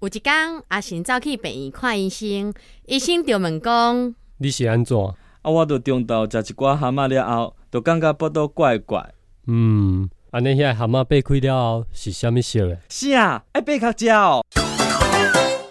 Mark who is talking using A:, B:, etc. A: 有一天，阿神走去病院看医生，医生就问讲：
B: 你是安怎？
C: 啊，我到中昼食一寡蛤蟆了后，就感觉腹肚怪怪。
B: 嗯，安尼遐蛤蟆掰开了后是虾物色的？
C: 是啊，爱贝壳食哦。